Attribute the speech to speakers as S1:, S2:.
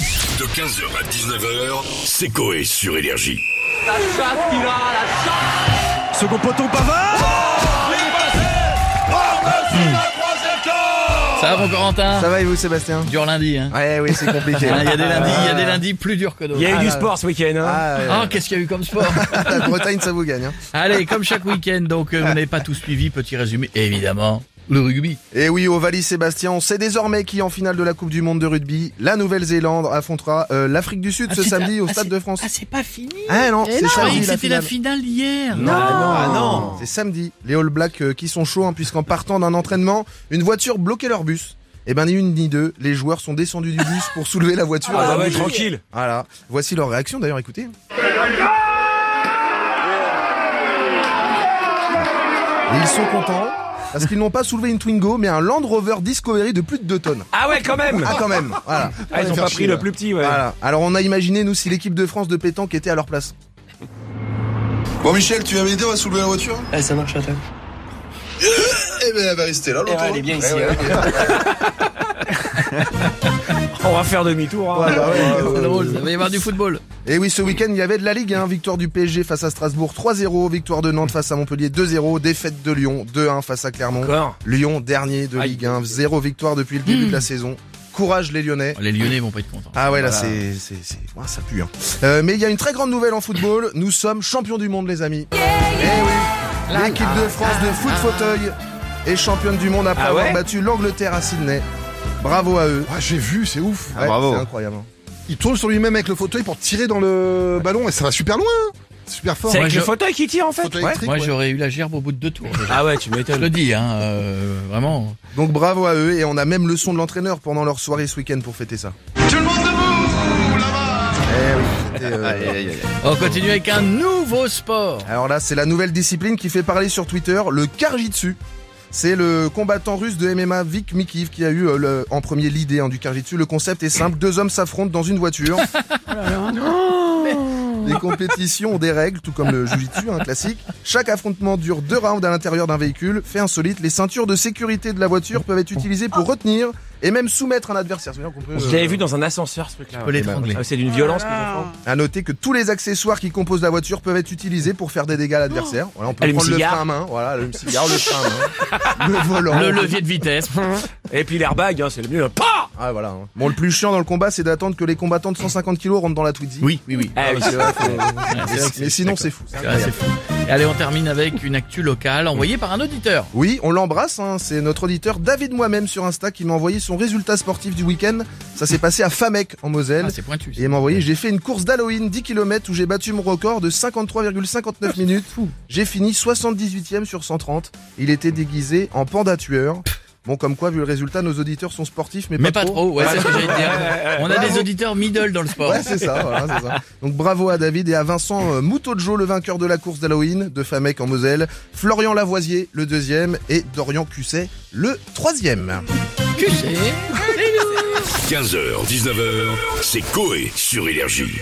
S1: De 15h à 19h, c'est Coé sur Énergie.
S2: La chatte qui va, la chatte
S3: Second poteau Pavard
S4: Ça va mon Corentin
S5: Ça va et vous Sébastien Ah,
S4: Dur lundi hein.
S5: Ouais oui c'est compliqué.
S4: Hein, Il y a des lundis, il y a des lundis plus durs que d'autres.
S3: Il y a eu du sport ce week-end. Hein
S5: Ah, ouais.
S4: Ah, qu'est-ce qu'il y a eu comme sport
S5: la Bretagne ça vous gagne. Hein.
S4: Allez, comme chaque week-end, donc euh, vous n'avez pas tout suivi, petit résumé, évidemment, le rugby.
S5: Et oui Ovalie Sébastien, on sait désormais qui en finale de la Coupe du Monde de rugby, la Nouvelle-Zélande affrontera euh, l'Afrique du Sud ce
S4: Ah, c'est-
S5: samedi au
S4: ah,
S5: Stade
S4: c'est-
S5: de France.
S4: Ah, c'est pas fini
S5: Ah non, c'est
S4: Je croyais
S5: samedi
S4: que
S5: la
S4: c'était la
S5: finale.
S4: finale hier
S3: non, ah non.
S5: C'est samedi. Les All Blacks euh, qui sont chauds hein, puisqu'en partant d'un entraînement, une voiture bloquait leur bus. Et ben ni une ni deux, les joueurs sont descendus du bus pour soulever la voiture.
S3: Ah,
S5: à la
S3: bah,
S5: bouche.
S3: tranquille.
S5: Voilà. Voici leur réaction d'ailleurs, écoutez. Et ils sont contents parce qu'ils n'ont pas soulevé une Twingo mais un Land Rover Discovery de plus de 2 tonnes.
S3: Ah ouais, quand même.
S5: Ah quand même, voilà.
S3: Ah, ils ont
S5: Faire
S3: pas
S5: chier,
S3: pris le
S5: là.
S3: plus petit, ouais.
S5: Voilà. Alors on a imaginé nous si l'équipe de France de pétanque était à leur place.
S6: Bon Michel, tu vas m'aider, on va soulever la voiture
S7: Ah, ça marche, attends.
S6: Eh ben elle va rester là,
S7: Eh ouais,
S6: l'autre.
S7: elle est bien ici. hein.
S3: On va faire demi-tour. hein.
S5: Ouais, bah ouais.
S4: C'est drôle, ça va y avoir du football.
S5: Et oui, ce week-end, il y avait de la Ligue 1. Victoire du PSG face à Strasbourg 3-0. Victoire de Nantes face à Montpellier 2-0. Défaite de Lyon 2-1 face à Clermont.
S3: Encore.
S5: Lyon, dernier de
S3: Aïe. Hmm.
S5: Ligue 1. Zéro victoire depuis le début de la saison. Courage les Lyonnais.
S4: Les Lyonnais vont pas être contents.
S5: Ah ouais, là, c'est, c'est, c'est, ouah, ça pue, hein. Euh, mais il y a une très grande nouvelle en football. Nous sommes champions du monde, les amis. Eh oui. L'équipe de France de foot fauteuil est championne du monde après
S3: Ah
S5: avoir
S3: ouais
S5: battu l'Angleterre à Sydney. Bravo à eux.
S8: Ah, j'ai vu, c'est ouf.
S5: Ouais,
S9: bravo.
S5: C'est incroyable. hein.
S8: Il tourne sur lui-même avec le fauteuil pour tirer dans le ballon et ça va super loin. hein. Super fort.
S3: C'est
S4: Moi,
S3: avec
S4: je-
S3: le fauteuil qui tire en fait.
S8: Fauteuil
S3: Ouais.
S8: électrique,
S4: Moi
S8: ouais.
S4: j'aurais eu la gerbe au bout de deux tours. déjà.
S3: Ah ouais, tu
S4: Je
S3: m'étonnes.
S4: le dis, hein, euh, vraiment.
S5: Donc bravo à eux et on a même le son de l'entraîneur pendant leur soirée ce week-end pour fêter ça. Eh Tout le monde debout là-bas
S9: Aïe, aïe, aïe.
S4: On continue avec un nouveau sport.
S5: Alors là c'est la nouvelle discipline qui fait parler sur Twitter, le Karjitsu. C'est le combattant russe de MMA Vic Mikiv qui a eu euh, le- en premier l'idée hein, du Karjitsu. Le concept est simple, deux hommes s'affrontent dans une voiture. Les compétitions ont des règles, tout comme le Jiu-Jitsu hein, classique. Chaque affrontement dure deux rounds à l'intérieur d'un véhicule. Fait insolite, les ceintures de sécurité de la voiture peuvent être utilisées pour retenir et même soumettre un adversaire. C'est-à-dire qu'on peut,
S3: Je
S5: euh,
S3: l'avais vu dans un ascenseur ce truc-là.
S4: On peut
S3: ouais.
S4: l'étrangler.
S3: Ah, c'est d'une violence. mes enfants.
S5: À noter que tous les accessoires qui composent la voiture peuvent être utilisés pour faire des dégâts à
S4: Oh
S5: l'adversaire. Voilà, on peut
S3: Allume
S5: prendre le
S3: cigare.
S5: frein à main, voilà, le cigare, le frein à main, le volant.
S4: Le levier de vitesse.
S3: Et puis l'airbag, hein, c'est le mieux. Pas.
S5: Ah, voilà. hein. Bon, le plus chiant dans le combat, c'est d'attendre que les combattants de 150 kilos rentrent dans la Twizy.
S4: Oui, oui, oui.
S3: Ah, oui.
S5: C'est vrai, faut-
S4: c'est vrai que
S5: Mais
S4: c'est-
S5: sinon,
S4: d'accord.
S5: c'est fou. Ah, c'est
S4: C'est vrai,
S5: incroyable.
S4: c'est fou. Et allez, on termine avec une actu locale envoyée par un auditeur.
S5: Oui, on l'embrasse, hein, c'est notre auditeur David moi-même sur Insta qui m'a envoyé son résultat sportif du week-end. Ça s'est passé à Famec en Moselle.
S4: Ah, c'est pointu. ça.
S5: Et il m'a envoyé, j'ai fait une course d'Halloween 10 km où j'ai battu mon record de 53,59 minutes. J'ai fini 78e sur 130. Il était déguisé en panda tueur. Bon, comme quoi, vu le résultat, nos auditeurs sont sportifs, mais,
S4: Mais pas trop, ouais, c'est ce que j'allais te dire. On a des
S5: Bravo.
S4: auditeurs middle dans le sport.
S5: Ouais, c'est ça, voilà, c'est ça. Donc bravo à David et à Vincent euh, Moutojo, le vainqueur de la course d'Halloween de Famec en Moselle, Florian Lavoisier, le deuxième, et Dorian Cusset, le troisième.
S4: Tu sais.
S1: 15h, 19h, c'est Coé sur Énergie.